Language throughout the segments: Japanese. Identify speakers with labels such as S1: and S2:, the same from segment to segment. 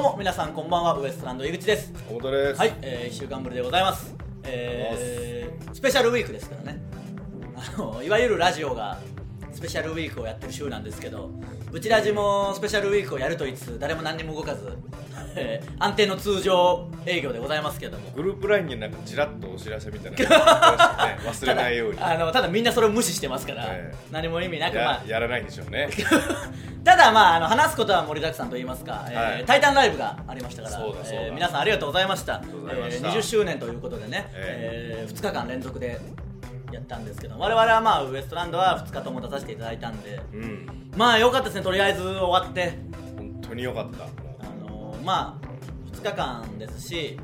S1: も皆さんこんばんはウエストランド井口です
S2: 小本です、
S1: はい、えー、1週間ぶりでございます、えー、スペシャルウィークですからねあのいわゆるラジオがスペシャルウィークをやってる週なんですけどブチラジもスペシャルウィークをやるといつ誰も何にも動かず、えー安定の通常営業でございますけども
S2: グループラインになんかちらっとお知らせみたいなのがあり ましたね忘れないように
S1: ただあのただみんなそれを無視してますから、
S2: ええ
S1: 何も意味なくまあ
S2: ややらないでしょうね
S1: ただまああの話すことは盛りだくさんと言いますか、えー
S2: はい
S1: タイタンライブがありましたから
S2: そうだそうだ
S1: えー皆さんありがとうございました
S2: りがとうございました
S1: えー20周年ということでね、え
S2: え
S1: 2日間連続でやったんですけど我々はまあウエストランドは2日とも出させていただいたんで
S2: うん
S1: まあ良かったですねとりあえず終わって
S2: 本当によかったも
S1: あのーまあ2日間ですし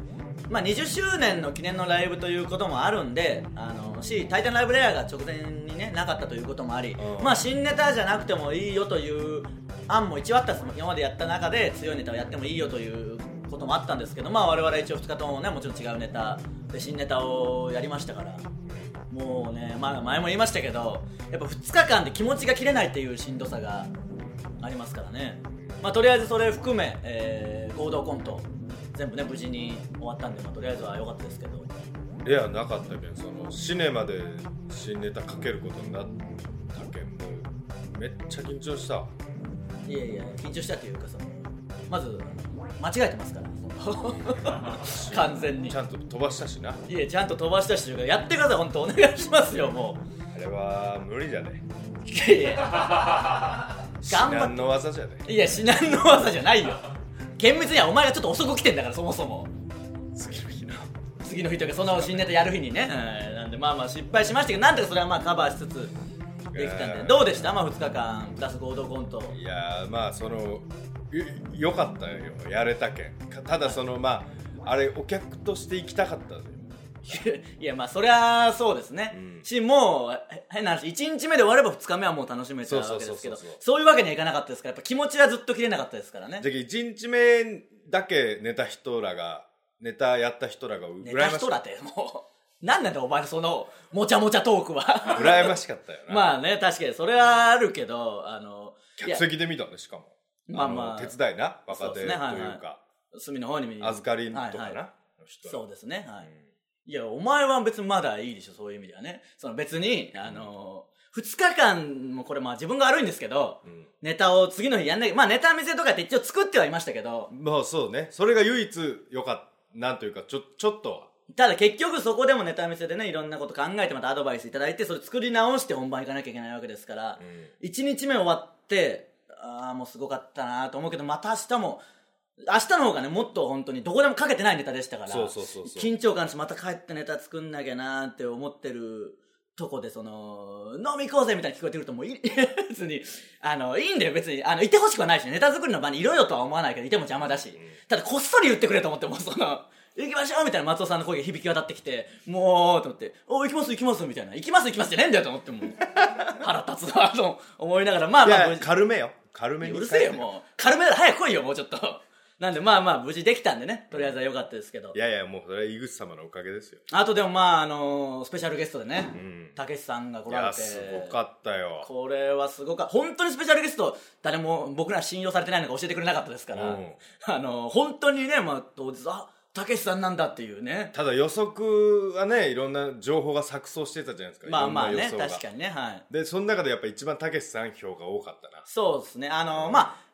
S1: まあ20周年の記念のライブということもあるんで、あのーし「タイタンライブレア」が直前にねなかったということもあり、
S2: うん
S1: まあ新ネタじゃなくてもいいよという案も1割ったんです今までやった中で強いネタをやってもいいよということもあったんですけどまあ我々一応2日ともねもちろん違うネタで新ネタをやりましたからもうね、まあ、前も言いましたけどやっぱ2日間で気持ちが切れないっていうしんどさがありますからね、まあ、とりあえずそれ含め、えー合同コント全部ね無事に終わったんで、まあ、とりあえずは良かったですけど
S2: うレアなかったけんそのシネマで新ネタかけることになったけんもうめっちゃ緊張したわ
S1: いやいや緊張したというかそのまず間違えてますからその完全に
S2: ちゃんと飛ばしたしない
S1: やちゃんと飛ばしたしというかやってください本当お願いしますよも
S2: あれは無理じゃね
S1: ういやいや
S2: 至
S1: 頑張って
S2: 難の技じゃね
S1: いや至難の技じゃないよ厳密にはお前がちょっと遅く来てんだからそもそも
S2: 次の日の
S1: 次の日とかその新ネタやる日にね、はいなんでまあまあ失敗しましたけどなんとかそれはまあカバーしつつできたんで、
S2: えー
S1: どうでしたまあ2日間プラス合同コント
S2: いやーまあそのよよかったよやれたけんかただそのまああれお客として行きたかったのよ
S1: いやまあそりゃそうですね、
S2: うん
S1: しもうへ変な話1日目で終われば2日目はもう楽しめちゃうわけですけど
S2: そうそうそうそうそう
S1: そういうわけにはいかなかったですからやっぱ気持ちはずっと切れなかったですからね
S2: じゃあ1日目だけ寝た人らがネタやった人らが
S1: ネ
S2: 羨
S1: タ
S2: まし
S1: 人
S2: か
S1: だっ
S2: って
S1: もう何なんだよお前のそのもちゃもちゃトー ク
S2: た
S1: は
S2: 羨ましかったよな、
S1: まあね確かにそれはあるけどあのい
S2: 客
S1: や
S2: 席で見たねしかも
S1: まあまあ
S2: の手伝いな若
S1: そうです
S2: 手という
S1: ね
S2: か
S1: はい隅の方に見に
S2: 預かりとかな、
S1: はいはい
S2: の人ら
S1: そうですねはい、
S2: うん
S1: いや、お前は別にまだいいでしょ、そういう意味ではね。その別に、あのー、2日間もこれまあ自分が悪いんですけど、
S2: うん
S1: ネタを次の日やんなきゃ、まあネタ見せとかって一応作ってはいましたけど、
S2: まあそうねそれが唯一よかったなんというかちょちょっとは
S1: ただ結局そこでもネタ見せでね、いろんなこと考えてまたアドバイスいただいて、それ作り直して本番行かなきゃいけないわけですから、1日目終わって、ああ、もうすごかったなと思うけど、また明日も、明日の方がね、もっと本当にどこでもかけてないネタでしたから、
S2: そうそうそうそう
S1: 緊張感し、また帰ってネタ作んなきゃなって思ってるとこで、その、飲み行こうぜみたいに聞こえてくると、もういい、 別に、あの、いいんだよ、別に、あの、いてほしくはないしね、ネタ作りの場にいろよとは思わないけど、いても邪魔だし、ただこっそり言ってくれと思って、もうその、 行きましょうみたいな松尾さんの声が響き渡ってきて、もう、と思って、お、行きます行きますみたいな、行きます行きますじゃねえんだよと思って、もう。 腹立つなと思いながら、まあ
S2: い
S1: まあ
S2: や
S1: 無事、
S2: 軽めよ軽めに
S1: うるせえよ、もう。軽めだ、早く来いよ、もうちょっと。なんで、まあまあ、無事できたんでね、とりあえずは良かったですけど
S2: い。やいやもうそれは井口様のおかげですよ
S1: あとでもまあ、あのースペシャルゲストでね
S2: ん、
S1: たけしさんが来
S2: い
S1: ら
S2: や
S1: れて。
S2: すごかったよ
S1: これはすごか本当にスペシャルゲスト誰も僕ら信用されてないのか教えてくれなかったですから、
S2: うん
S1: あのー本当にね、まあ、当日あたけしさんなんだっていうね
S2: ただ予測はねいろんな情報が錯綜してたじゃないですか
S1: まあまあ
S2: いろんな
S1: ね
S2: 予想が
S1: 確かにねはい
S2: でその中でやっぱ一番たけしさん票が多かったな
S1: そうですねあのーまあ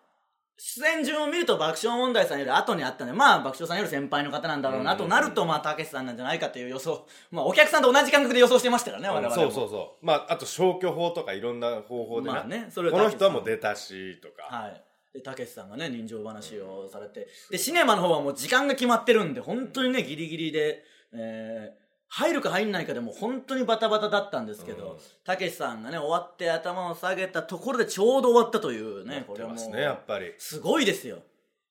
S1: 出演順を見ると爆笑問題さんより後にあったんでまあ爆笑さんより先輩の方なんだろうなとなるとまあたけしさんなんじゃないかという予想まあお客さんと同じ感覚で予想してましたからね我々も
S2: そうそうそうまああと消去法とかいろんな方法でな、
S1: まあねそれは
S2: この人はもう出たしとか、
S1: はいでたけしさんがね人情話をされてでシネマの方はもう時間が決まってるんで本当にねギリギリで、えー入るか入んないかでもう本当にバタバタだったんですけ
S2: うん
S1: どたけしさんがね終わって頭を下げたところでちょうど終わったというねこれ
S2: 出
S1: はも
S2: ます
S1: う
S2: ねやっぱり
S1: すごいですよ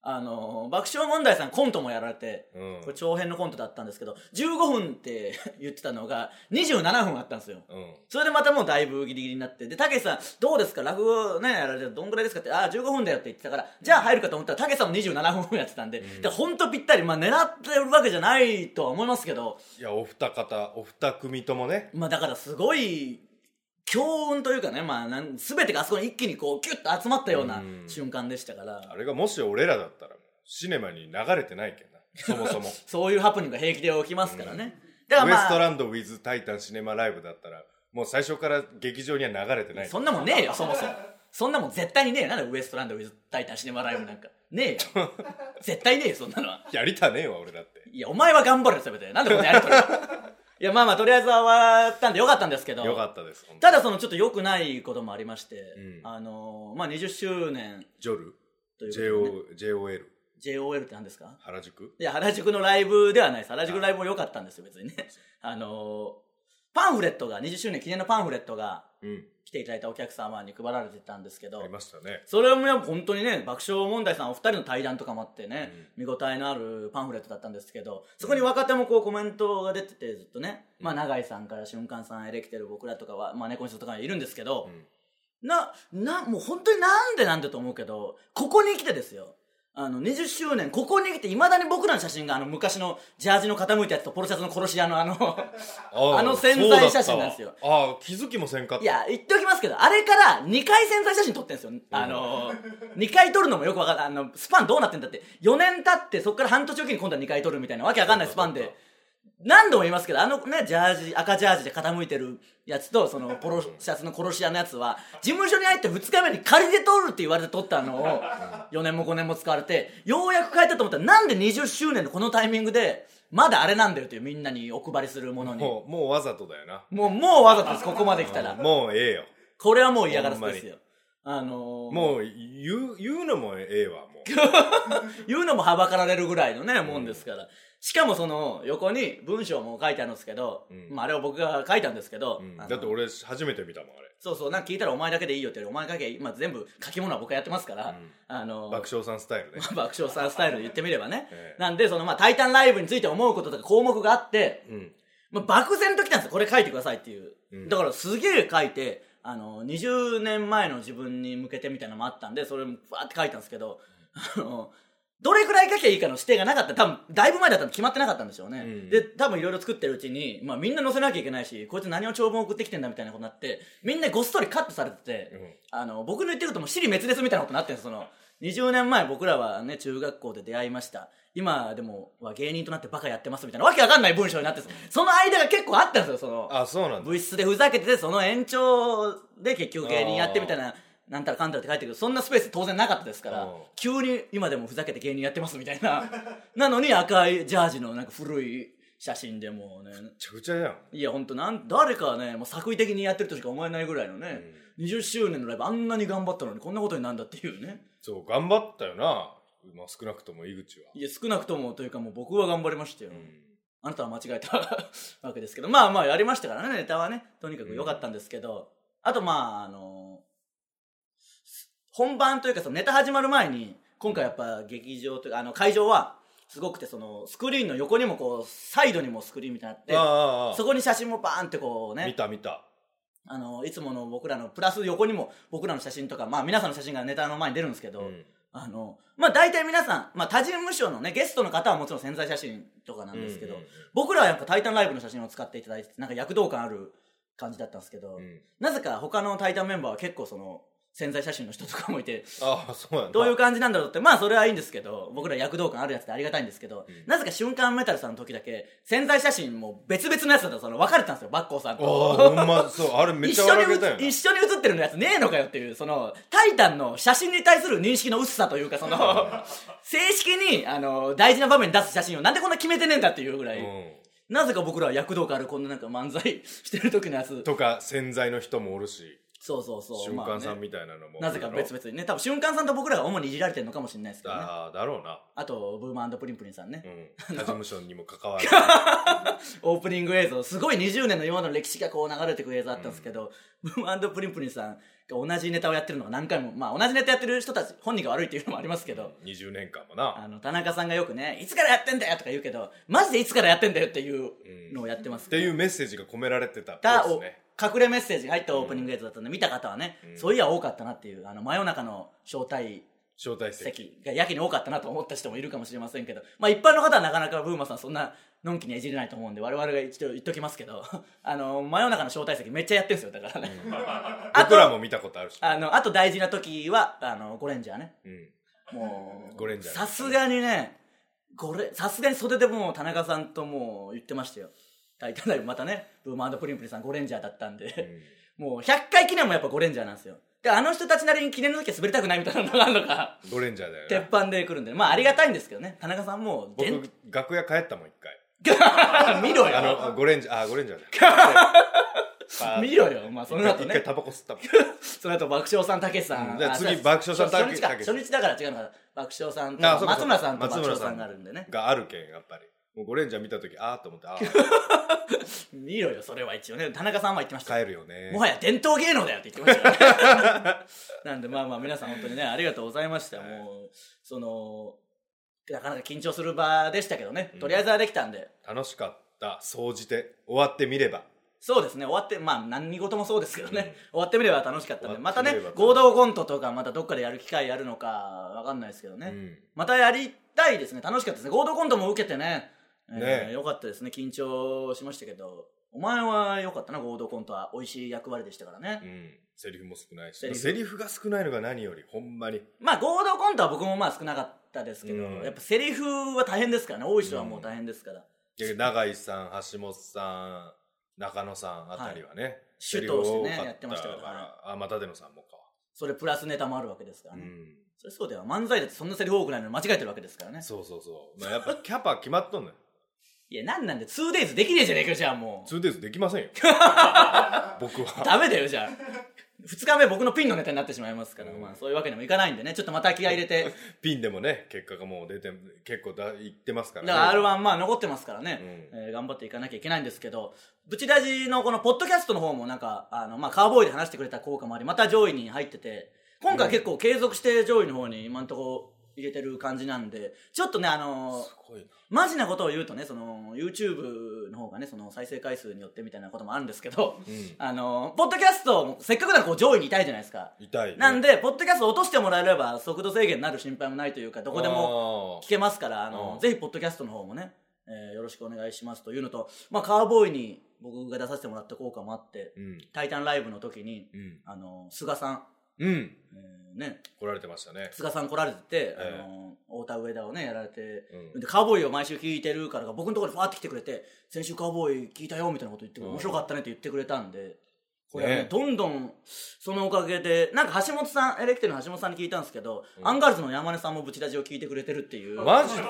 S1: あの爆笑問題さんコントもやられて、
S2: うん
S1: これ長編のコントだったんですけど15分って 言ってたのが27分あったんですよ
S2: うん
S1: それでまたもうだいぶギリギリになってでたけしさんどうですか落語ねやられてどんぐらいですかってああ15分だよって言ってたからじゃあ入るかと思ったらたけしさんも27分やってたんで、でほんとぴったりまあ狙ってるわけじゃないとは思いますけど
S2: いやお二方お二組ともね
S1: まあだからすごい強運というかねまあなん全てがあそこに一気にこうキュッと集まったような
S2: うん
S1: 瞬間でしたから、
S2: あれがもし俺らだったらもうシネマに流れてないけんなそもそも
S1: そういうハプニングが平気で起きますからね、 だか
S2: ウ
S1: ら
S2: エス
S1: ま
S2: ト
S1: あ
S2: ランド with タイタンシネマライブだったらもう最初から劇場には流れてない
S1: そんなもんねえよそもそもそんなもん絶対にねえよなんでウエストランドウィズタイタンシネマライブなんかねえ よ絶対ねえよそんなのは
S2: やりたねえわ俺だって
S1: いやお前は頑張れよせめてなんでこんなやり とりいやまあまあとりあえずは終わったんでよかったんですけど
S2: よかったです本当
S1: ただそのちょっと良くないこともありまして、
S2: うん
S1: あのまあ20周年
S2: ジョル
S1: ということでね
S2: JO JOL
S1: JOL って何ですか
S2: 原宿
S1: いや、原宿のライブではないです。原宿のライブも良かったんですよ、別にね。あのーパンフレットが、20周年記念のパンフレットが
S2: うん
S1: 来ていただいたお客様に配られてたんですけ
S2: あ
S1: ど
S2: り、ましたね
S1: それもやっぱ本当にね、爆笑問題さんお二人の対談とかもあってね、見応えのあるパンフレットだったんですけど、そこに若手もこうコメントが出ててずっとね、
S2: うん
S1: まあ永井さんから瞬間さん、エレキテル僕らとかは、まあ猫人とかいるんですけど、
S2: うん
S1: な、な、もう本当になんでなんでと思うけど、ここに来てですよ。あの、20周年、ここに来て、未だに僕らの写真が、あの、昔のジャージの傾いたやつと、ポロシャツの殺し屋のあの、
S2: あ
S1: あの宣材写真なんですよ
S2: そうだったわああ気づきもせんかった
S1: いや、言っておきますけど、あれから2回潜在写真撮ってんですよ。あの、2回撮るのもよくわかんない。あの、スパンどうなってんだって、4年経って、そこから半年おきに今度は2回撮るみたいな、わけわかんないスパンで。何度も言いますけど、あのね、ジャージ、赤ジャージで傾いてるやつと、その、ポロシャツの殺し屋のやつは、事務所に入って2日目に仮で撮るって言われて撮ったのを、4年も5年も使われて、ようやく変えたと思ったら、なんで20周年のこのタイミングで、まだあれなんだよっていうみんなにお配りするものに。
S2: もうもうわざとだよな
S1: もう、もうわざとです、ここまで来たら。
S2: もうええよ
S1: これはもう嫌がらせですよ。あのー、
S2: もう言う言うのもええわ もう
S1: 言うのもはばかられるぐらいのね、もんですから。しかもその、横に文章も書いてあるんですけど、
S2: ん
S1: まああれを僕が書いたんですけど、
S2: うん
S1: あの
S2: だって俺初めて見たもんあれ
S1: そうそう、なんか聞いたらお前だけでいいよって言うよりお前だけ、今全部書き物は僕がやってますから、あのー、
S2: 爆笑さんスタイ ルね
S1: 爆笑さんスタイルで言ってみればね。
S2: ええ
S1: なんで、その、まあ、タイタンライブについて思うこととか項目があって、
S2: うん
S1: まあ、漠然と来たんですよ。これ書いてくださいっていう。
S2: うん
S1: だからすげえ書いて、あの、20年前の自分に向けてみたいなのもあったんで、それもバーって書いたんですけど、あの、どれくらい書きゃいいかの指定がなかった。多分、だいぶ前だったら決まってなかったんでしょうね。
S2: うん
S1: で、多分いろいろ作ってるうちに、まあみんな載せなきゃいけないし、こいつ何を長文送ってきてんだみたいなことになって、みんなごっそりカットされてて、
S2: うん
S1: あの、僕の言ってることも尻滅裂みたいなことになってるんですその、20年前僕らはね、中学校で出会いました。今でもは芸人となってバカやってますみたいなわけわかんない文章になってるんですその間が結構あったんですよ、その。
S2: あそうなんだ
S1: 部室でふざけててその延長で結局芸人やってみたいななんたらかんたらって書いてるけどそんなスペース当然なかったですか
S2: う
S1: ら
S2: ん
S1: 急に今でもふざけて芸人やってますみたいな なのに赤いジャージのなんか古い写真でもうね
S2: めちゃくちゃやん
S1: いやほんとなん誰かねもう作為的にやってるとしか思えないぐらいのね、20周年のライブあんなに頑張ったのにこんなことになんだっていうね
S2: そう頑張ったよな、まあ、少なくとも井口は、
S1: いや少なくともというかもう僕は頑張りましたよ、
S2: うん
S1: あなたは間違えた わけですけど、まあまあやりましたからね、ネタはね、とにかく良かったんですけど、あとまあ、あの、本番というかそのネタ始まる前に、今回やっぱ劇場というか、あの会場はすごくて、そのスクリーンの横にもこう、サイドにもスクリーンみたいに
S2: あ
S1: な
S2: あ
S1: って、
S2: ああ
S1: そこに写真もバーンってこうね
S2: 見、た見た
S1: あの、いつもの僕らの、プラス横にも僕らの写真とか、まあ皆さんの写真がネタの前に出るんですけど、
S2: うん
S1: あの、まあ大体皆さん、まあ他事務所のね、ゲストの方はもちろん潜在写真とかなんですけど、
S2: うんうんうん
S1: 僕らはやっぱタイタンライブの写真を使っていただいてて、なんか躍動感ある感じだったんですけど、
S2: うん
S1: なぜか他のタイタンメンバーは結構その、潜在写真の人とかもいて、
S2: ああそうなんだ
S1: どういう感じなんだろうって、まあそれはいいんですけど、僕ら躍動感あるやつでありがたいんですけど、
S2: ん
S1: なぜか瞬間メタルさんの時だけ、潜在写真も別々のやつだったその、分かれてたんですよ、バッコーさん
S2: ああ
S1: と。
S2: ほんまそうあれめっ
S1: 一
S2: ちゃ
S1: 緒に
S2: 笑け
S1: 写
S2: たよな
S1: 一緒に写ってるのやつねえのかよっていうそのタイタンの写真に対する認識の薄さというかその正式にあの大事な場面に出す写真をなんでこんな決めてねえんだっていうぐらい、
S2: う
S1: なぜか僕らは躍動感あるこんななんか漫才 してる時のやつ
S2: ん、とか洗剤の人もおるし
S1: そうそうそう
S2: 瞬間さ
S1: まあ
S2: ん
S1: ね
S2: みたいなのも、
S1: なぜか別々にね多分瞬間さんと僕らが主にいじられてるのかもしれないですけどねあ
S2: ああだろうな
S1: とブーマンプリンプリンさんね、
S2: うん他事務所にも関わる
S1: オープニング映像すごい20年の今までの歴史がこう流れてくる映像あったんですけど、ブームプリンプリンさんが同じネタをやってるのが何回もまあ同じネタやってる人たち本人が悪いっていうのもありますけど、
S2: 20年間もな
S1: あの田中さんがよくね「いつからやってんだよ」とか言うけどマジでいつからやってんだよっていうのをやってます、
S2: っていうメッセージが込められてたっぽい
S1: た
S2: です
S1: お
S2: ね
S1: 隠れメッセージが入ったオープニング映像だったんで、見た方はね、そういや多かったなっていうあの真夜中の招待
S2: 招待席
S1: 席がやけに多かったなと思った人もいるかもしれませんけど、まあ、一般の方はなかなかブーマさんそんなのんきにいじれないと思うんで我々が一応言っときますけど あの真夜中の招待席めっちゃやってるんですよだからね、あと
S2: 僕らも見たことあるし
S1: あのあと大事な時はあのゴレンジャーね
S2: うん
S1: も
S2: ゴレン
S1: う
S2: ジャー
S1: さすがにねこれさすがに袖でもう田中さんともう言ってましたよ大体だよまたねブーマープリンプリンさんゴレンジャーだったんでもう100回記念もやっぱゴレンジャーなんですよであの人たちなりに記念の時は滑りたくないみたいなのがあるの か
S2: ゴレンジャーだよ
S1: 鉄
S2: ね
S1: 板で来るんでまあありがたいんですけどね田中さんもう全
S2: 僕楽屋帰ったもん一回
S1: 見ろ
S2: あ
S1: よ
S2: のゴレンジャーあゴレンジャーだ パーッ
S1: 見ろよまあその後
S2: 一回
S1: ね
S2: タバコ吸ったもん
S1: その後爆笑さんたけしさん、
S2: うんじゃあ
S1: あ
S2: 次
S1: そうです
S2: 爆笑さんたけ
S1: 初日か
S2: たけし
S1: 初日だから違うのかな爆笑さんと
S2: あそうか
S1: 松村さんと
S2: 松
S1: 爆
S2: 村
S1: 笑
S2: さん
S1: さんがあるんでね
S2: があるけんやっぱりもうゴレンジャー見た時ああと 思ってああ
S1: 見ろよそれは一応ね田中さんは言ってましたよ
S2: 帰るよね
S1: もはや伝統芸能だよって言ってましたよ なんでまあまあ皆さん本当にねありがとうございました、
S2: はい
S1: もうそのなかなか緊張する場でしたけどね、とりあえずはできたんで
S2: 楽しかった総じて終わってみれば
S1: そうですね終わってまあ何事もそうですけどね、
S2: うん
S1: 終わってみれば楽しかったんで
S2: 終
S1: ま
S2: わったてみ
S1: ね
S2: れば楽しい
S1: 合同コントとかまたどっかでやる機会やるのかわかんないですけどね、
S2: うん
S1: またやりたいですね楽しかったですね合同コントも受けてねえ
S2: ね
S1: ーよかったですね緊張しましたけどお前はよかったな合同コントは美味しい役割でしたからね、
S2: うんセリフも少ないし
S1: セ
S2: セ
S1: リ
S2: リ
S1: フ
S2: フが少ないのが何よりほんまに
S1: まあ合同コントは僕もまあ少なかったですけど、
S2: うん
S1: やっぱセリフは大変ですからね多い人はもう大変ですから、
S2: で永井さん橋本さん中野さんあたりはね、
S1: 主
S2: セリフ
S1: としてね
S2: 多か
S1: やってましたから
S2: あまたでのさんもか、
S1: それプラスネタもあるわけですから
S2: う
S1: ね、
S2: ん、
S1: それそうでは漫才だってそんなセリフ多くないのに間違えてるわけですからね
S2: そうそうそう、まあ、やっぱキャパ決まっとんのよ
S1: いやなんなんで 2days できねえじゃねえかよじゃあもう
S2: 2days できません よ僕は
S1: ダメだよじゃあ2日目僕のピンのネタになってしまいますから、
S2: うん
S1: まあそういうわけにもいかないんでねちょっとまた気合い入れて
S2: ピンでもね結果がもう出て結構だいってますか
S1: だ
S2: ら、
S1: か
S2: ね、
S1: ら r 1まあ残ってますからね、
S2: う
S1: えー頑張っていかなきゃいけないんですけどブチラジのこのポッドキャストの方もなんかあの、まあ、カーボーイで話してくれた効果もありまた上位に入ってて今回結構継続して上位の方に今んとこ入れてる感じなんでちょっとねあの
S2: すごいな
S1: マジなことを言うとねその YouTube の方がねその再生回数によってみたいなこともあるんですけど、
S2: うん
S1: あのポッドキャストもせっかくならこう上位にいたいじゃないですか
S2: 痛いね、
S1: なんでポッドキャスト落としてもらえれば速度制限になる心配もないというかど
S2: ど
S1: こでも聞けますからあ
S2: う
S1: の
S2: ん
S1: ぜひポッドキャストの方もね、えーよろしくお願いしますというのと、まあ、カウボーイに僕が出させてもらった効果もあって
S2: うん
S1: 「タイタンライブ」の時に
S2: うん
S1: あの菅さん、
S2: うん
S1: えーね
S2: 来られてましたね
S1: 菅さん来られてて、
S2: ええ
S1: あの太田上田をねやられて、
S2: うん
S1: でカウボーイを毎週聞いてるからか僕のところにファーって来てくれて「先週カウボーイ聞いたよ」みたいなこと言ってくれて
S2: うん
S1: 面白かったね」って言ってくれたんでこれはね
S2: ね
S1: どんどんそのおかげでなんか橋本さんエレクテルの橋本さんに聞いたんですけど、
S2: うん
S1: アンガールズの山根さんもブチラジを聞いてくれてるっていう、
S2: マジで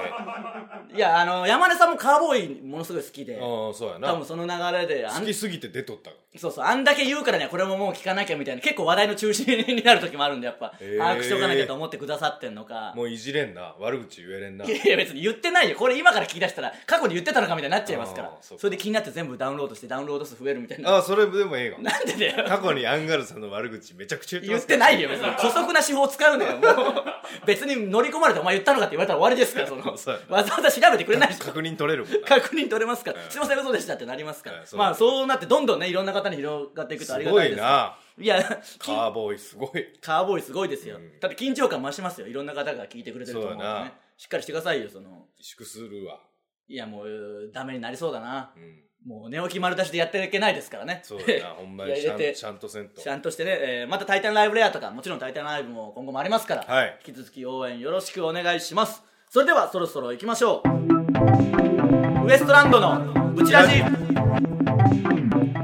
S1: いやあの山根さんもカウボーイものすごい好きで、
S2: うんそうやな
S1: 多分その流れであん
S2: 好きすぎて出とった
S1: そうそうあんだけ言うからにはこれももう聞かなきゃみたいな結構話題の中心になる時もあるんでやっぱ、
S2: へー
S1: 把握しとかなきゃと思ってくださってんのか
S2: もういじれんな悪口言えれんない
S1: やいや別に言ってないよこれ今から聞き出したら過去に言ってたのかみたいになっちゃいますから
S2: あーそ
S1: そう
S2: か
S1: れで気になって全部ダウンロードしてダウンロード数増えるみたいな
S2: あそれでもええ
S1: なんでだよ
S2: が過去にアンガールズさんの悪口めちゃくちゃ言
S1: 言
S2: っ
S1: ってて
S2: ます
S1: ないよ別 に姑息な手法使うのよもう別に乗り込まれてお前言ったのかって言われたら終わりですからその
S2: そうや
S1: わざわざ調べてくれないし
S2: 確認取れるもんな
S1: 確認取れますから、
S2: うん
S1: すいません嘘でしたってなりますから、
S2: うんそう
S1: まあそうなってどんどんねいろんな方に広がっていくとあり
S2: す
S1: が
S2: ご
S1: たいで
S2: い
S1: す
S2: ない
S1: やき
S2: カーボーイすごい
S1: カーボーイすごいですよ、
S2: うん
S1: だって緊張感増しますよいろんな方が聞いてくれてると思うから
S2: そう
S1: ね
S2: やな
S1: しっかりしてくださいよその
S2: 萎縮するわ
S1: いやもうダメになりそうだな
S2: うん
S1: もう寝起き丸出しでやっていけないですからね。
S2: そうだ なほんまに
S1: 気合い
S2: ちゃ
S1: 入れ
S2: ん
S1: て
S2: ちゃんとせんと
S1: ちゃんとしてね、えーまた「タイタンライブレア」とかもちろん「タイタンライブ」も今後もありますから、
S2: はい
S1: 引き続き応援よろしくお願いしますそれではそろそろ行きましょうウエストランドのブチラジ今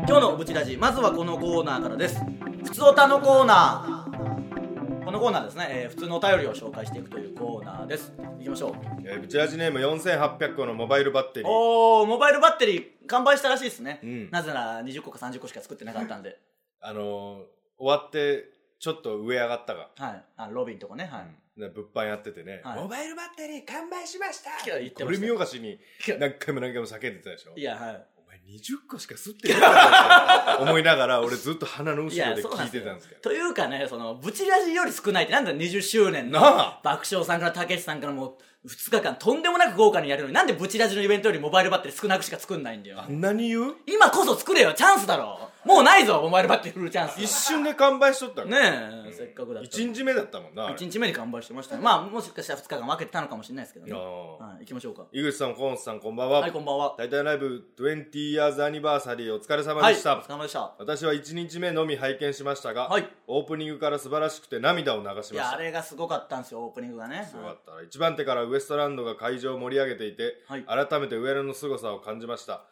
S1: 日のブチラジまずはこのコーナーからです普通おたのコーナーこのコーナーですね、えー普通のお便りを紹介していくというコーナーです行きましょう
S2: えーブチラジネーム4800個のモバイルバッテリー
S1: おおモバイルバッテリー完売したらしいですね、
S2: うん
S1: なぜなら20個か30個しか作ってなかったんで
S2: あのー終わってちょっと上上がったが
S1: はい、あロビンとかね、はい。
S2: ね物販やっててね
S1: はい
S2: モバイルバッテリー完売しました
S1: いや言って
S2: こ
S1: まし
S2: れ
S1: た
S2: 見よがしに
S1: や
S2: 何回も何回も叫んでたでしょ
S1: いや、はい。
S2: お前20個しか吸ってねえだろって思いながら俺ずっと鼻の後ろ
S1: いや
S2: で
S1: そうな
S2: 聞
S1: んで
S2: いて
S1: す
S2: たん
S1: よ
S2: ですけど
S1: というかね、その、ブチラジより少ないって、なんだ20周年の
S2: なあ
S1: 爆笑さんからたけしさんからもう、 2日間とんでもなく豪華にやるのになんでブチラジのイベントよりモバイルバッテリー少なくしか作んないんだよ
S2: あんなに言う
S1: 今こそ作れよチャンスだろもうないぞモバイルバッテリー振るチャンス
S2: 一瞬で完売しとった
S1: ね
S2: ね
S1: えせっかくだったら
S2: 1日目だったもんなあれ
S1: 1日目に完売してましたねまあもしかしたら2日間分けてたのかもしれないですけど
S2: い
S1: ね
S2: やー
S1: はい行きましょうか
S2: 井口さん河本さんこんばんは、
S1: はいこんばんは
S2: 大体ライブ 20years anniversary お疲れ様でした、
S1: はい、お疲れ様でした
S2: 私は1日目のみ拝見しましたが、
S1: はい
S2: オープニングから素晴らしくて涙を流しまし
S1: いやあ
S2: た
S1: れがすごかったんですよオープニングがね
S2: すごかった1番手からウエストランドが会場を盛り上げていて、
S1: はい
S2: 改めて上野の凄さを感じました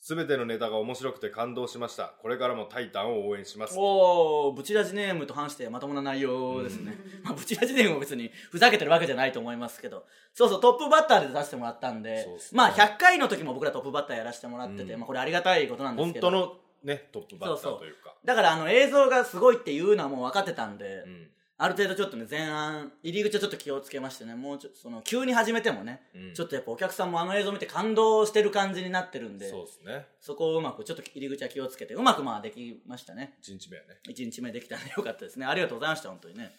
S2: 全てのネタが面白くて感動しましたこれからも「タイタン」を応援します
S1: おおブチラジネームと反してまともな内容ですね、 まあ、ブチラジネームも別にふざけてるわけじゃないと思いますけどそうそうトップバッターで出させてもらったんで
S2: そうっすね
S1: まあ100回の時も僕らトップバッターやらせてもらってて、
S2: うん
S1: まあ、これありがたいことなんです
S2: 本
S1: け
S2: 当
S1: ど
S2: のねトップバッタ
S1: そうそ
S2: ー
S1: う
S2: というか
S1: だからあの映像がすごいっていうのはもう分かってたんで、
S2: うん
S1: ある程度ちょっとね前半入り口をちょっと気をつけましてねもうちょその急に始めてもね、
S2: うん
S1: ちょっとやっぱお客さんもあの映像見て感動してる感じになってるんで
S2: そうですね
S1: そこをうまくちょっと入り口は気をつけてうまくまあできましたね
S2: 1日目やね
S1: 1日目できたんでよかったですねありがとうございました本当にね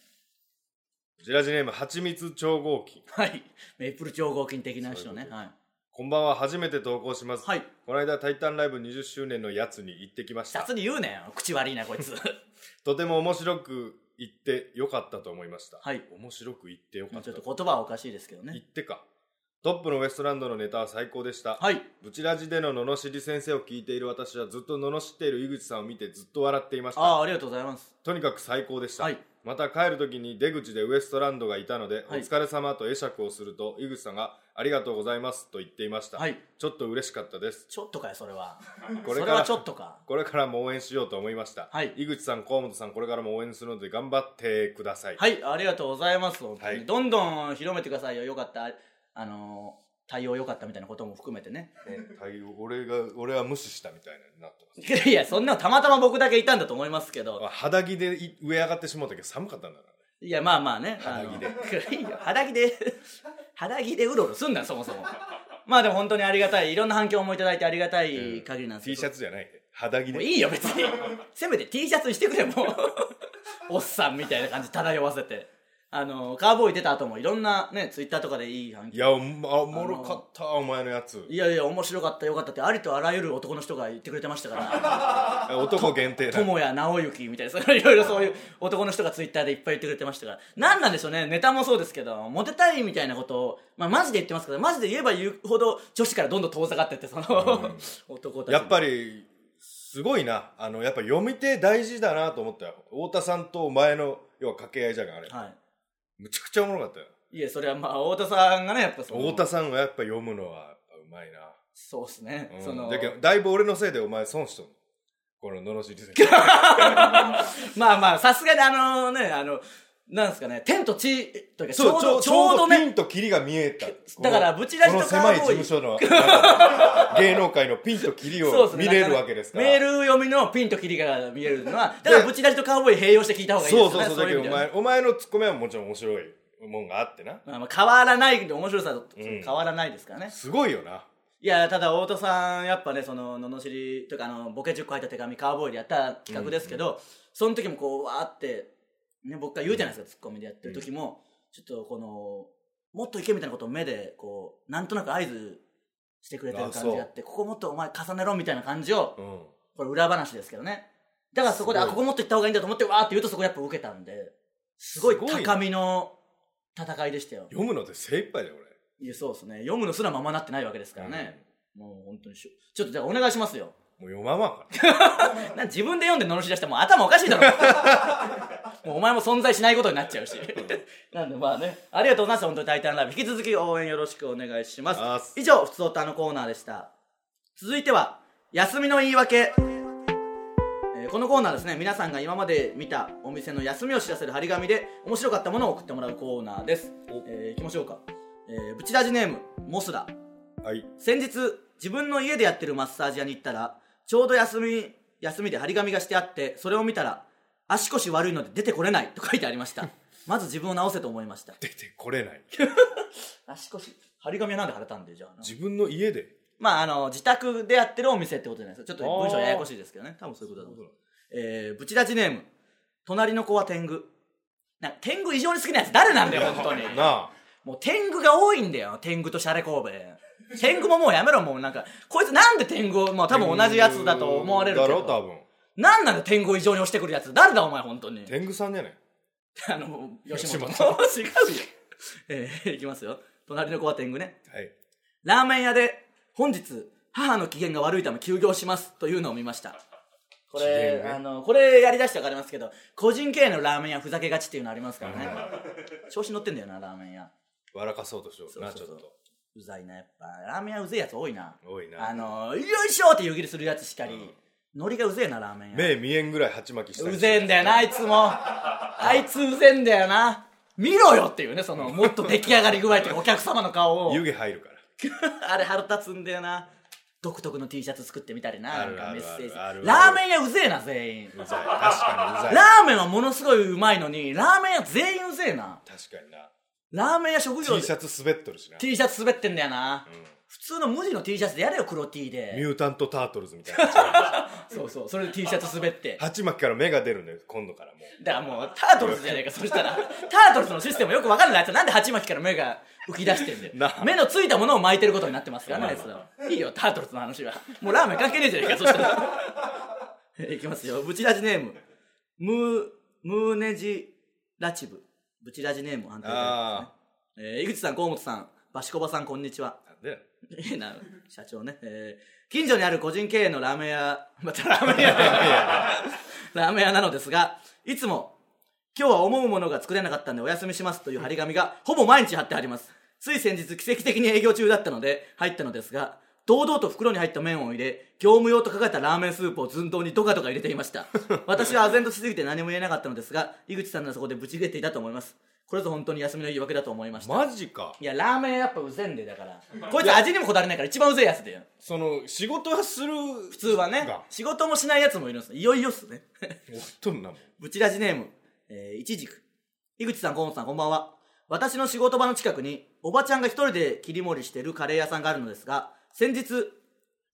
S2: ジラジネームはちみつ超合金
S1: はいメイプル超合金的な人ね
S2: そういうこ
S1: はい
S2: こんばんは初めて投稿します、
S1: はい
S2: この間「タイタンライブ」20周年のやつに行ってきまし
S1: 雑
S2: た
S1: に言うねん口悪いなこ いつ
S2: とても面白く行ってよかったと思いました、
S1: はい
S2: 面白く行ってよか
S1: ま
S2: っ
S1: あち
S2: た
S1: ょっと言葉はおかしいですけど
S2: 行
S1: ね
S2: ってかトップのウエストランドのネタは最高でした、
S1: はい
S2: ブチラジでの罵り先生を聞いている私はずっと罵っている井口さんを見てずっと笑っていました
S1: ああありがとうございます
S2: とにかく最高でした、
S1: はい
S2: また帰る時に出口でウエストランドがいたので、
S1: はい
S2: お疲れ様と会釈をすると井口さんがありがとうございますと言っていました、
S1: はい
S2: ちょっと嬉しかったです
S1: ちょっとかよそれは
S2: こ
S1: そ
S2: れ
S1: れ
S2: から
S1: はちょっとか
S2: これからも応援しようと思いました、
S1: はい
S2: 井口さん河本さんこれからも応援するので頑張ってください、
S1: はいありがとうございます本当に、
S2: はい
S1: どんどん広めてくださいよよかったあのー対応良かったみたいなことも含めてね
S2: うん対応俺が俺は無視したみたいになってます
S1: いやそんなのたまたま僕だけいたんだと思いますけど
S2: あ肌着でい上上がってしまったけど寒かったんだから
S1: いやまあまあねあの
S2: 肌
S1: いいよ 肌着で肌着でうろうろすんなそもそもまあでも本当にありがたいいろんな反響もいただいてありがたい限りなんですけ
S2: T
S1: ど、
S2: シャツじゃない肌着
S1: もう
S2: で
S1: いいよ別にせめて T シャツにしてくれもうおっさんみたいな感じ漂わせてあのカーボーイ出た後もいろんなねツイッターとかでいい反
S2: い
S1: 響
S2: やおもあおもろかったお前のやつ
S1: いやいや面白かったよかったってありとあらゆる男の人が言ってくれてましたから
S2: え男限定だ
S1: 友谷直之みたいなそういろいろそういう男の人がツイッターでいっぱい言ってくれてましたから何なんでしょうねネタもそうですけどモテたいみたいなことを、まあ、マジで言ってますけどマジで言えば言うほど女子からどんどん遠ざかってってその、男たち
S2: やっぱ
S1: り
S2: りすごいなあのやっぱ読み手大事だなと思ったよ太田さんとお前の要は掛け合いじゃんあれ、
S1: は
S2: むちゃくちゃおもろかったよ
S1: いいやそれはまあ太田さんがねやっぱその
S2: 太田さんがやっぱ読むのはやっぱうまいな
S1: そうっすね、
S2: うん
S1: その
S2: だけどだいぶ俺のせいでお前損しとんのこの罵り先
S1: まあまあ、さすがにあのね、あの、なんですかね、天と地というか、ちょうど、ち
S2: ちょ
S1: ょう
S2: うど
S1: ど
S2: ピン
S1: ね、
S2: とキリが見えた
S1: だから
S2: この
S1: ブチラジと
S2: この
S1: カ
S2: 狭
S1: ー
S2: い事
S1: ボーイ
S2: 務所の中で芸能界のピンとキリ
S1: そうっ
S2: を
S1: すね
S2: 見れるわけですから
S1: メール読みのピンとキリが見えるのは、だからブチラジとカウボーイ併用して聞いた方がいいですよ
S2: そう
S1: ね。
S2: そうそうだけ
S1: い
S2: ど
S1: 意味
S2: お
S1: では
S2: 前お前のツッコミはもちろん面白いもんがあってな
S1: まあまあ変わらないんで面白さと
S2: うん
S1: 変わらないですからね。
S2: すごいよない
S1: や、ただ太田さん、やっぱね、その、罵り、というかあの、ボケ10個入った手紙、カウボーイでやった企画ですけど、その時もこう、わーって、ね、僕が言うじゃないですか、ツッコミでやってる時も、ちょっとこの、もっといけみたいなことを目で、こう、なんとなく合図してくれてる感じがあって、ここもっとお前重ねろみたいな感じを、
S2: うん
S1: これ裏話ですけどね。だからそこで、
S2: す
S1: あ、
S2: ごい
S1: ここもっと行った方がいいんだと思って、わーって言うとそこやっぱ受けたんで、すごい
S2: すごいね
S1: 高みの戦いでしたよ。
S2: 読むので精一杯だよ
S1: いや、そうですね。読むのすらままなってないわけですか
S2: 俺
S1: らね。もう本当にしょちょっとじゃあお願いしますよ
S2: うんもう読まんわ
S1: な自分で読んで罵り出してもう頭おかしいだろ もうお前も存在しないことになっちゃうしなんでまあねありがとうございます本当に「タイタンライブ」引き続き応援よろしくお願いします
S2: あっす
S1: 以上「ふつおた」のコーナーでした続いては「休みの言い訳」えーこのコーナーですね皆さんが今まで見たお店の休みを知らせる張り紙で面白かったものを送ってもらうコーナーです
S2: お、
S1: えー、いきましょうか、えー、ブチラジネームモスラ
S2: はい
S1: 先日自分の家でやってるマッサージ屋に行ったらちょうど休み休みで張り紙がしてあってそれを見たら足腰悪いので出てこれないと書いてありました まず自分を直せと思いました
S2: 出てこれない
S1: 足腰張り紙はなんで貼れたんでじゃあ
S2: 自分の家で
S1: まああの自宅でやってるお店ってことじゃないですかちょっと文章ややこしいですけどね多分そういうことだと思うえー、ブチダチネーム隣の子は天狗なんか天狗異常に好きなやつ誰なんだよ本当に
S2: なあ
S1: もう天狗が多いんだよ天狗とシャレ神戸天狗ももうやめろもうなんかこいつなんで天狗をもう多分同じやつだと思われるけ
S2: だろ多
S1: ど
S2: 分
S1: なんなの天狗を異常に押してくるやつ誰だお前本 当に
S2: 天狗さんじゃない
S1: あの吉
S2: 吉
S1: 本
S2: 本
S1: 違うよえー、いきますよ隣の子は天狗ね
S2: はい
S1: ラーメン屋で本日母の機嫌が悪いため休業しますというのを見ましたこれ、
S2: 機嫌ね
S1: あのこれやりだしてわかりますけど個人経営のラーメン屋ふざけがちっていうのありますからね調子乗ってんだよなラーメン屋
S2: 笑かそうとしような
S1: そう
S2: ち
S1: そ
S2: ょ
S1: う
S2: っ
S1: そう
S2: と
S1: うざいなやっぱラーメン屋うぜえやつ多いな
S2: 多い
S1: あ
S2: な
S1: のよいしょって湯切りするやつしかり、
S2: ん
S1: ノリがうぜえなラーメン屋
S2: 目見えんぐらい鉢巻きしたり
S1: う
S2: して
S1: ぜえんだよなあいつもあいつうぜえんだよな見ろよっていうねそのもっと出来上がり具合とかお客様の顔を
S2: 湯気入るか ら
S1: あれ腹立つんだよな独特の T シャツ作ってみたりな
S2: あ
S1: なん
S2: る
S1: か
S2: あ
S1: メ
S2: る
S1: ッセージ
S2: あるある
S1: ラーメン屋うぜえな全員
S2: うざい確か にうざい
S1: ラーメンはものすごいうまいのにラーメン屋全員うぜえな
S2: 確かにな
S1: ラーメン屋職業
S2: T
S1: で
S2: シャツ滑っとるしな、
S1: T シャツ滑ってんだよな、
S2: う
S1: 普通の無地の T シャツでやれよ黒 T
S2: んミ
S1: で
S2: ュータント・タートルズみたいな
S1: そうそうそれで T シャツ滑 って
S2: 鉢巻きから目が出るんだよ今度からも
S1: だからもうタートルズじゃねえかそしたらタートルズのシステムよく分かんないやつなんで鉢巻きから目が浮き出してんだよ
S2: なあ
S1: 目のついたものを巻いてることになってますからねあいつらいいよタートルズの話はもうラーメン関係ねえじゃねえかそしたらえ いきますよブチラジネームムームーネジラチブブチラジネーム安
S2: う
S1: 定
S2: あ
S1: で、えー、井口さん河本さんバシコバさんこんにちは
S2: あなんで
S1: いいな社長ね、えー近所にある個人経営のラーメン屋 またラーメン屋だよラーメン屋なのですがいつも今日は思うものが作れなかったんでお休みしますという張り紙がほぼ毎日貼ってありますつい先日奇跡的に営業中だったので入ったのですが堂々と袋に入った麺を入れ業務用と書かれたラーメンスープを寸胴にドカドカ入れていました私は唖然としすぎて何も言えなかったのですが井口さんのそこでブチ切れていたと思いますこれぞ本当に休みの言い訳だと思いました
S2: マジか
S1: いやラーメン屋やっぱうぜえんでだからこいつ味にもこだわりないから一番うぜえやつだよ
S2: その仕事はする
S1: 普通はね
S2: が
S1: 仕事もしないやつもいるんですいよいよっすね
S2: おっとんなもん
S1: ブチラジネーム、えー、いちじく井口さん河本さんこんばんは私の仕事場の近くにおばちゃんが一人で切り盛りしてるカレー屋さんがあるのですが先日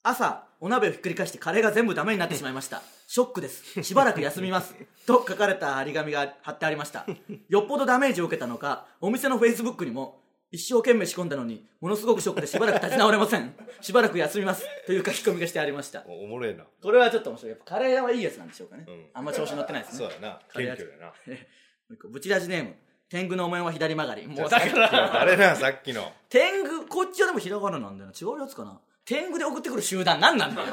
S1: 朝お鍋をひっくり返してカレーが全部ダメになってしまいましたショックですしばらく休みますと書かれた張り紙が貼ってありましたよっぽどダメージを受けたのかお店のフェイスブックにも一生懸命仕込んだのにものすごくショックでしばらく立ち直れませんしばらく休みますという書き込みがしてありました
S2: おおもれえな
S1: これはちょっと面白いやっぱカレー屋はいいやつなんでしょうかね、
S2: ん
S1: あんま調子乗ってないですね
S2: そうやな
S1: カレー
S2: 謙
S1: 味
S2: 虚だな
S1: もう一個ブチラジネーム天狗のお面は左曲がりもう
S2: じゃ
S1: だ
S2: あさっき
S1: か
S2: の
S1: ら
S2: あれなさっきの
S1: 天狗こっちはでもひらがななんだよな違うやつかな天狗で送ってくる集団何なんだよ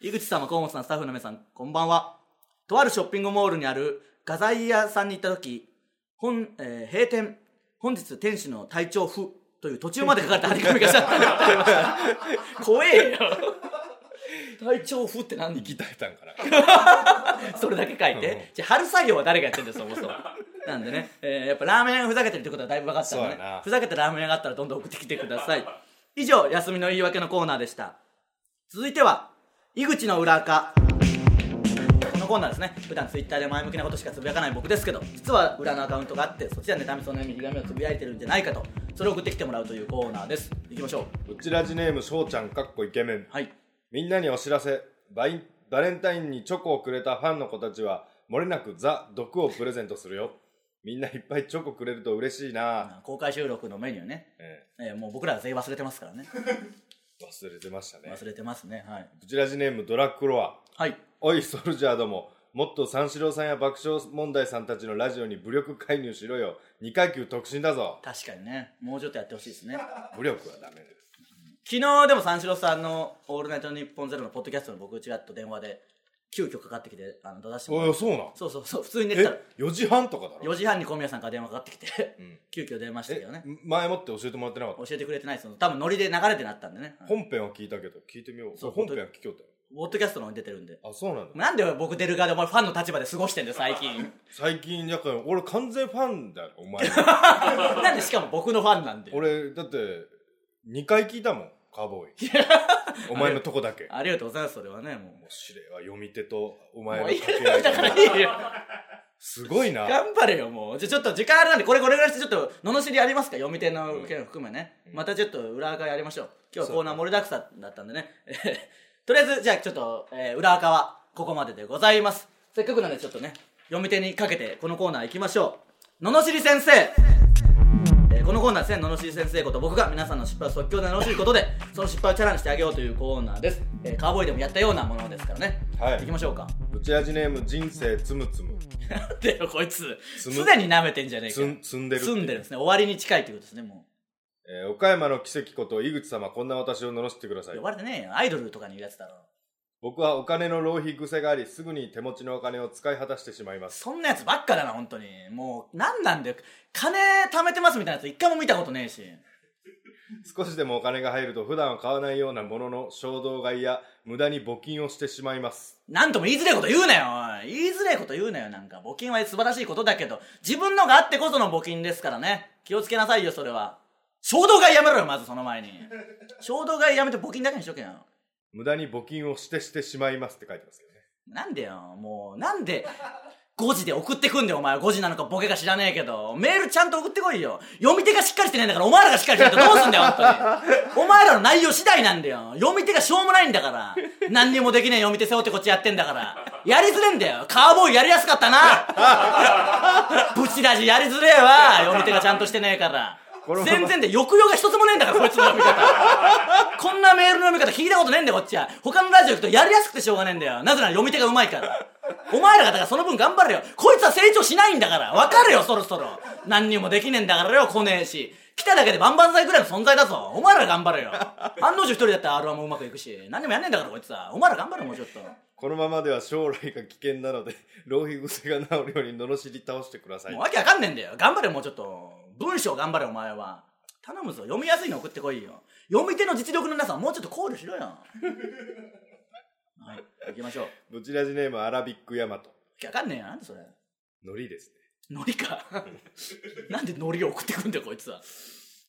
S1: 井口さん河本さんスタッフの皆さんこんばんはとあるショッピングモールにある画材屋さんに行った時本、えー閉店本日店主の体調不という途中まで書かれた張り紙がしゃった 怖えよ体調不って何
S2: 鍛えたんから
S1: それだけ書いて、じゃあ春作業は誰がやってんだよそもそもなんでね、えーやっぱラーメン屋がふざけてるってことはだいぶ分かったんで
S2: そうや
S1: ね
S2: な
S1: ふざけたラーメン屋があったらどんどん送ってきてください以上休みの言い訳のコーナーでした続いては井口の裏垢このコーナーですね普段ツイッターで前向きなことしかつぶやかない僕ですけど実は裏のアカウントがあってそっちは妬みそのみひがみをつぶやいてるんじゃないかとそれを送ってきてもらうというコーナーですいきましょう
S2: うちラジネームしょうちゃんかっこイケメン
S1: はい
S2: みんなにお知らせバインバレンタインにチョコをくれたファンの子たちはもれなくザ・毒をプレゼントするよみんないっぱいチョコくれると嬉しいな、
S1: 公開収録のメニューね、
S2: え
S1: えーもう僕らは全員忘れてますからね
S2: え忘れてましたね
S1: 忘れてますねはい
S2: ブチラジネームドラクロア
S1: はい
S2: おいソルジャーどももっと三四郎さんや爆笑問題さんたちのラジオに武力介入しろよ2階級特進だぞ
S1: 確かにねもうちょっとやってほしいですね
S2: 武力はダメです
S1: 昨日でも三四郎さんの「オールナイトニッポンゼロのポッドキャストの僕ちらっと電話で急遽かかってきてあの出させてもら
S2: お
S1: う
S2: いそうなん
S1: そうそうそう普通に寝てたら
S2: え4時半とかだろ
S1: 4時半に小宮さんから電話かかってきて、
S2: ん
S1: 急遽出ましたけ
S2: え
S1: どね
S2: 前もって教えてもらってなかった
S1: 教えてくれてないです多分ノリで流れてなったんでね、
S2: 本編は聞いたけど聞いてみよう
S1: そう
S2: 本編は聞きよったよ
S1: ポッドキャストの方に出てるんで
S2: あそうなんだ
S1: なんで僕出る側でお前ファンの立場で過ごしてんだよ最近
S2: 最近だから俺完全ファンだよ お前
S1: なんでしかも僕のファンなんで
S2: 俺だって2回聞いたもんカーボーイお前のとこだけ
S1: ありがとうございますそれはねも
S2: 面白いわ読み手とお
S1: う
S2: 前
S1: も
S2: の
S1: ういい
S2: 掛け合
S1: よ
S2: い
S1: だ
S2: が
S1: からいいよ
S2: すごいな
S1: 頑張れよもうじゃあちょっと時間あれなんでこれこれぐらいしてちょっと罵りありますか読み手の受けの含めね、またちょっと裏垢やりましょう今日はコーナー盛りだくさんだったんでね とりあえずじゃあちょっと、えー裏垢はここまででございますせっかくなんでちょっとね読み手にかけてこのコーナー行きましょう罵り先生えーこのコーナーですね罵り先生こと僕が皆さんの失敗を即興で罵ることでその失敗をチャラにしてあげようというコーナーです、えーカウボーイでもやったようなものですからね
S2: はい
S1: 行きましょう か
S2: うち味ネーム人生つむつむ
S1: なんでよこいつす
S2: 積む
S1: でに舐めてんじゃねえか
S2: つん積んでる
S1: 住んでるんですね終わりに近いということですねも
S2: えー岡山の奇跡こと井口様こんな私を罵ってくださ
S1: う
S2: い
S1: 呼ばれてねえよアイドルとかに言うやつだろ
S2: 僕はお金の浪費癖がありすぐに手持ちのお金を使い果たしてしまいます
S1: そんなやつばっかだな本当にもう何なんだよ金貯めてますみたいなやつ一回も見たことねえし
S2: 少しでもお金が入ると普段は買わないようなものの衝動買いや無駄に募金をしてしまいます
S1: なんとも言いづれえこと言うなよおい言いづれえこと言うなよなんか募金は素晴らしいことだけど自分のがあってこその募金ですからね気をつけなさいよそれは衝動買いやめろよまずその前に衝動買いやめて募金だけにしとけよ
S2: 無駄に募金をしてしてしまいますって書いてますけどね
S1: なんでよもうなんで5時で送ってくんだよお前は5時なのかボケか知らねえけどメールちゃんと送ってこいよ読み手がしっかりしてないんだからお前らがしっかりしないとどうすんだよ本当にお前らの内容次第なんだよ読み手がしょうもないんだから何にもできねえ読み手背負ってこっちやってんだからやりづれんだよカーボーイやりやすかったな ブチラジやりづれえわ読み手がちゃんとしてねえから
S2: このまま
S1: 全然で抑揚が一つもねえんだからこいつの読 み方こんなメールの読み方聞いたことねえんだよこっちは他のラジオ行くとやりやすくてしょうがねえんだよなぜなら読み手がうまいからお前らがだからその分頑張れよこいつは成長しないんだからわかるよそろそろ何にもできねえんだからよ来ねえし来ただけで万々歳ぐらいの存在だぞお前ら頑張れよ案の定一人だったら r 1もうまくいくし何にもやんねえんだからこいつはお前ら頑張れよもうちょっと
S2: このままでは将来が危険なので 浪費癖が治るように罵り倒してください
S1: もうわけわかんねえんだよ頑張れよもうちょっと文章頑張れよお前は頼むぞ読みやすいの送ってこいよ読み手の実力のなさをもうちょっと考慮しろよはい行きましょう
S2: ブチラジネームアラビックヤマト
S1: わけわかんねえよなんでそれ
S2: ノリです
S1: ノリか なんでノリを送ってくんだよこいつは
S2: ね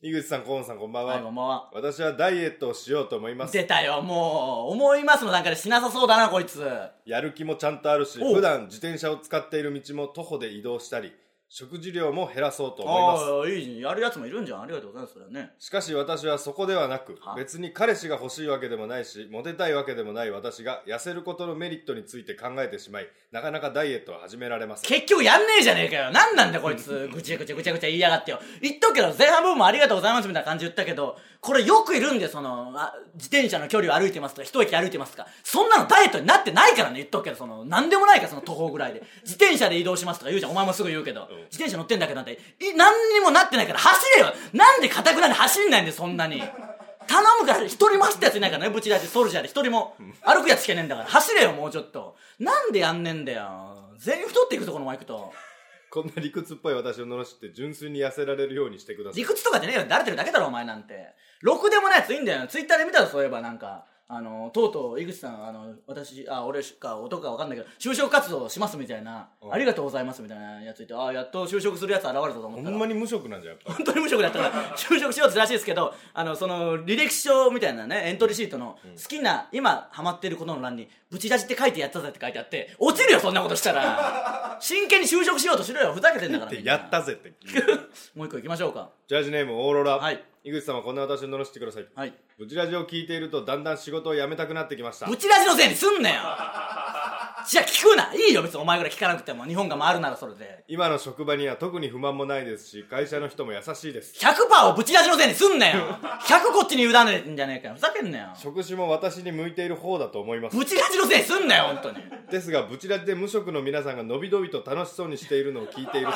S2: 井口さん河野さんこんばんは、
S1: はいこんばんは
S2: 私はダイエットをしようと思います
S1: 出たよもう思いますの段階でしなさそうだなこいつ
S2: やる気もちゃんとあるし
S1: おう
S2: 普段自転車を使っている道も徒歩で移動したり食事量も減らそうと思いま
S1: ああいいじゃんやるやつもいるんじゃんありがとうございますそれはね
S2: すしかし私はそこではなく
S1: は
S2: 別に彼氏が欲しいわけでもないしモテたいわけでもない私が痩せることのメリットについて考えてしまいなかなかダイエットを始められません
S1: 結局やんねえじゃねえかよなんなんだよこいつぐちゃぐちゃぐちゃぐちゃ言いやがってよ言っとくけど前半部分もありがとうございますみたいな感じで言ったけどこれよくいるんでそのあ自転車の距離を歩いてますとか一駅歩いてますとかそんなのダイエットになってないからね言っとくけどそのなんでもないからその徒歩ぐらいで自転車で移動しますとか言うじゃんお前もすぐ言うけど、自転車乗ってんだけどなんてい何にもなってないから走れよなんでかたくなに走んないんだよそんなに頼むから一人も走ったやついないからねブチラジソルジャーで一人も歩くやつしかいねえんだから走れよもうちょっとなんでやんねえんだよ全員太っていくぞこのままいくと
S2: こんな理屈っぽい私を罵って純粋に痩せられるようにしてください
S1: 理屈とかじゃねえよだれてるだけだろお前なんてろくでもないやついいんだよツイッターで見たぞそういえばなんかあのとうとう井口さんあの私あ俺しか男か分かんないけど就職活動しますみたいなありがとうございますみたいなやついてあやっと就職するやつ現れたと思
S2: ほ
S1: ったら
S2: んまに無職なんじゃんやっ ぱ
S1: 本当に無職だったから就職しようってらしいですけどあのその履歴書みたいなねエントリーシートの好きな、今ハマってることの欄に「ブチラジって書いてやったぜ」って書いてあって落ちるよそんなことしたら真剣に就職しようとしろよふざけてんだから
S2: って
S1: みんな
S2: やったぜって
S1: もう一個行きましょうか
S2: ジャージネームオーロラ、
S1: はい
S2: 井口様こんな私を罵ってください、
S1: はい
S2: ブチラジを聞いているとだんだん仕事を辞めたくなってきました
S1: ブチラジのせいにすんなよじゃあ聞くないいよ別にお前ぐらい聞かなくても日本が回るならそれで
S2: 今の職場には特に不満もないですし会社の人も優しいです
S1: 100%をブチラジのせいにすんなよ100こっちに委ねてんじゃねえかよふざけんなよ
S2: 職種も私に向いている方だと思います
S1: ブチラジのせいにすんなよ本当に
S2: ですがブチラジで無職の皆さんがのびのびと楽しそうにしているのを聞いている と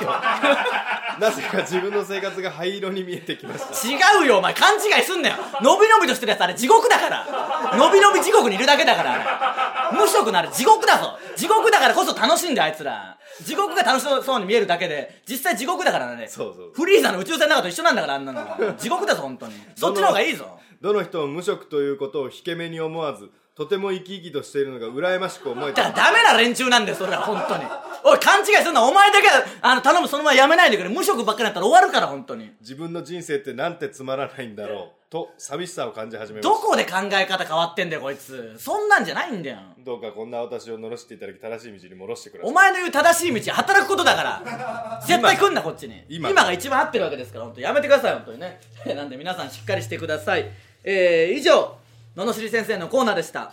S2: なぜか自分の生活が灰色に見えてきました
S1: 違うよお前勘違いすんなよのびのびとしてるやつあれ地獄だからのびのび地獄にいるだけだからあれ無職のあれ地獄だぞ地獄だからこそ楽しんであいつら地獄が楽しそうに見えるだけで実際地獄だからね
S2: そうそう
S1: フリーザの宇宙船の中と一緒なんだからあんな の地獄だぞ本当にそっちの方がいいぞ
S2: どの人も無職ということを引け目に思わずとても生き生きとしているのが羨ましく思え
S1: だ
S2: た
S1: からダメな連中なんだよそれは本当におい勘違いすんなお前だけはあの頼むそのままやめないでくれ無職ばっかりだったら終わるから本当に
S2: 自分の人生ってなんてつまらないんだろうと寂しさを感じ始めま
S1: ど
S2: した
S1: こで考え方変わってんだよこいつそんなんじゃないんだよ
S2: どうかこんな私を罵していただき正しい道に戻してくださ
S1: お
S2: い
S1: 前の言う正しい道働くことだ から絶対来んなこっちに今
S2: 今
S1: が一番合ってるわけですから本当やめてください本当にね なんで皆さんしっかりしてくださいえー、以上罵り先生のコーナーでした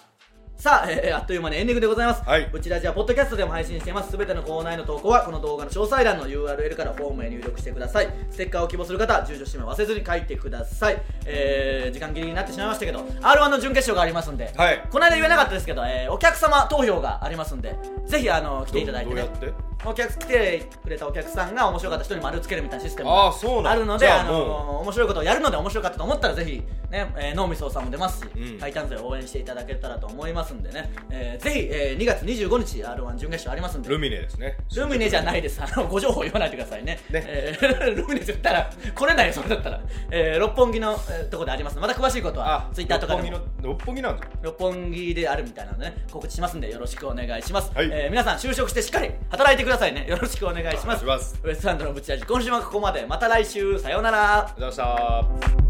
S1: さあ、えーあっという間にエンディングでございます。
S2: はい
S1: こちらじゃあ、ポッドキャストでも配信しています。すべてのコーナーへの投稿は、この動画の詳細欄の URL からフォームへ入力してください。ステッカーを希望する方は、住所氏名を忘れずに書いてください。えー、時間切りになってしまいましたけど、R1 の準決勝がありますんで、
S2: はい
S1: この間言えなかったですけど、えーお客様投票がありますんで、ぜひ、あの、来ていただいてね
S2: ど。どうやって
S1: お客来てくれたお客さんが面白かった人に丸つけるみたいなシステム
S2: あーそ
S1: が
S2: うなん
S1: あるので
S2: じゃ
S1: あ
S2: あ
S1: のー面白いことをやるので面白かったと思ったらぜひね、えー、脳みそさんも出ますし、
S2: うん
S1: タイタン勢を応援していただけたらと思いますんでね、えーぜひ、えー2月25日 R1 準決勝ありますんで
S2: ルミネですね
S1: ルミネじゃないです。あの、ご情報言わないでくださいね。
S2: ね
S1: えー ルミネって言ったら、来れないよ、それだったら。えー六本木の、えーとこでありますのでまた詳しいことは、ツイッターとかでも
S2: 六本木の六本木なんじゃん
S1: 六本木であるみたいなので、ね、告知しますんでよろしくお願いします、
S2: はい
S1: えー皆さん就職してしっかり働いてくださいねよろしくお願いします
S2: お願いします
S1: ウエストランドのブチラジ今週はここまでまた来週さようなら
S2: ありがとうございました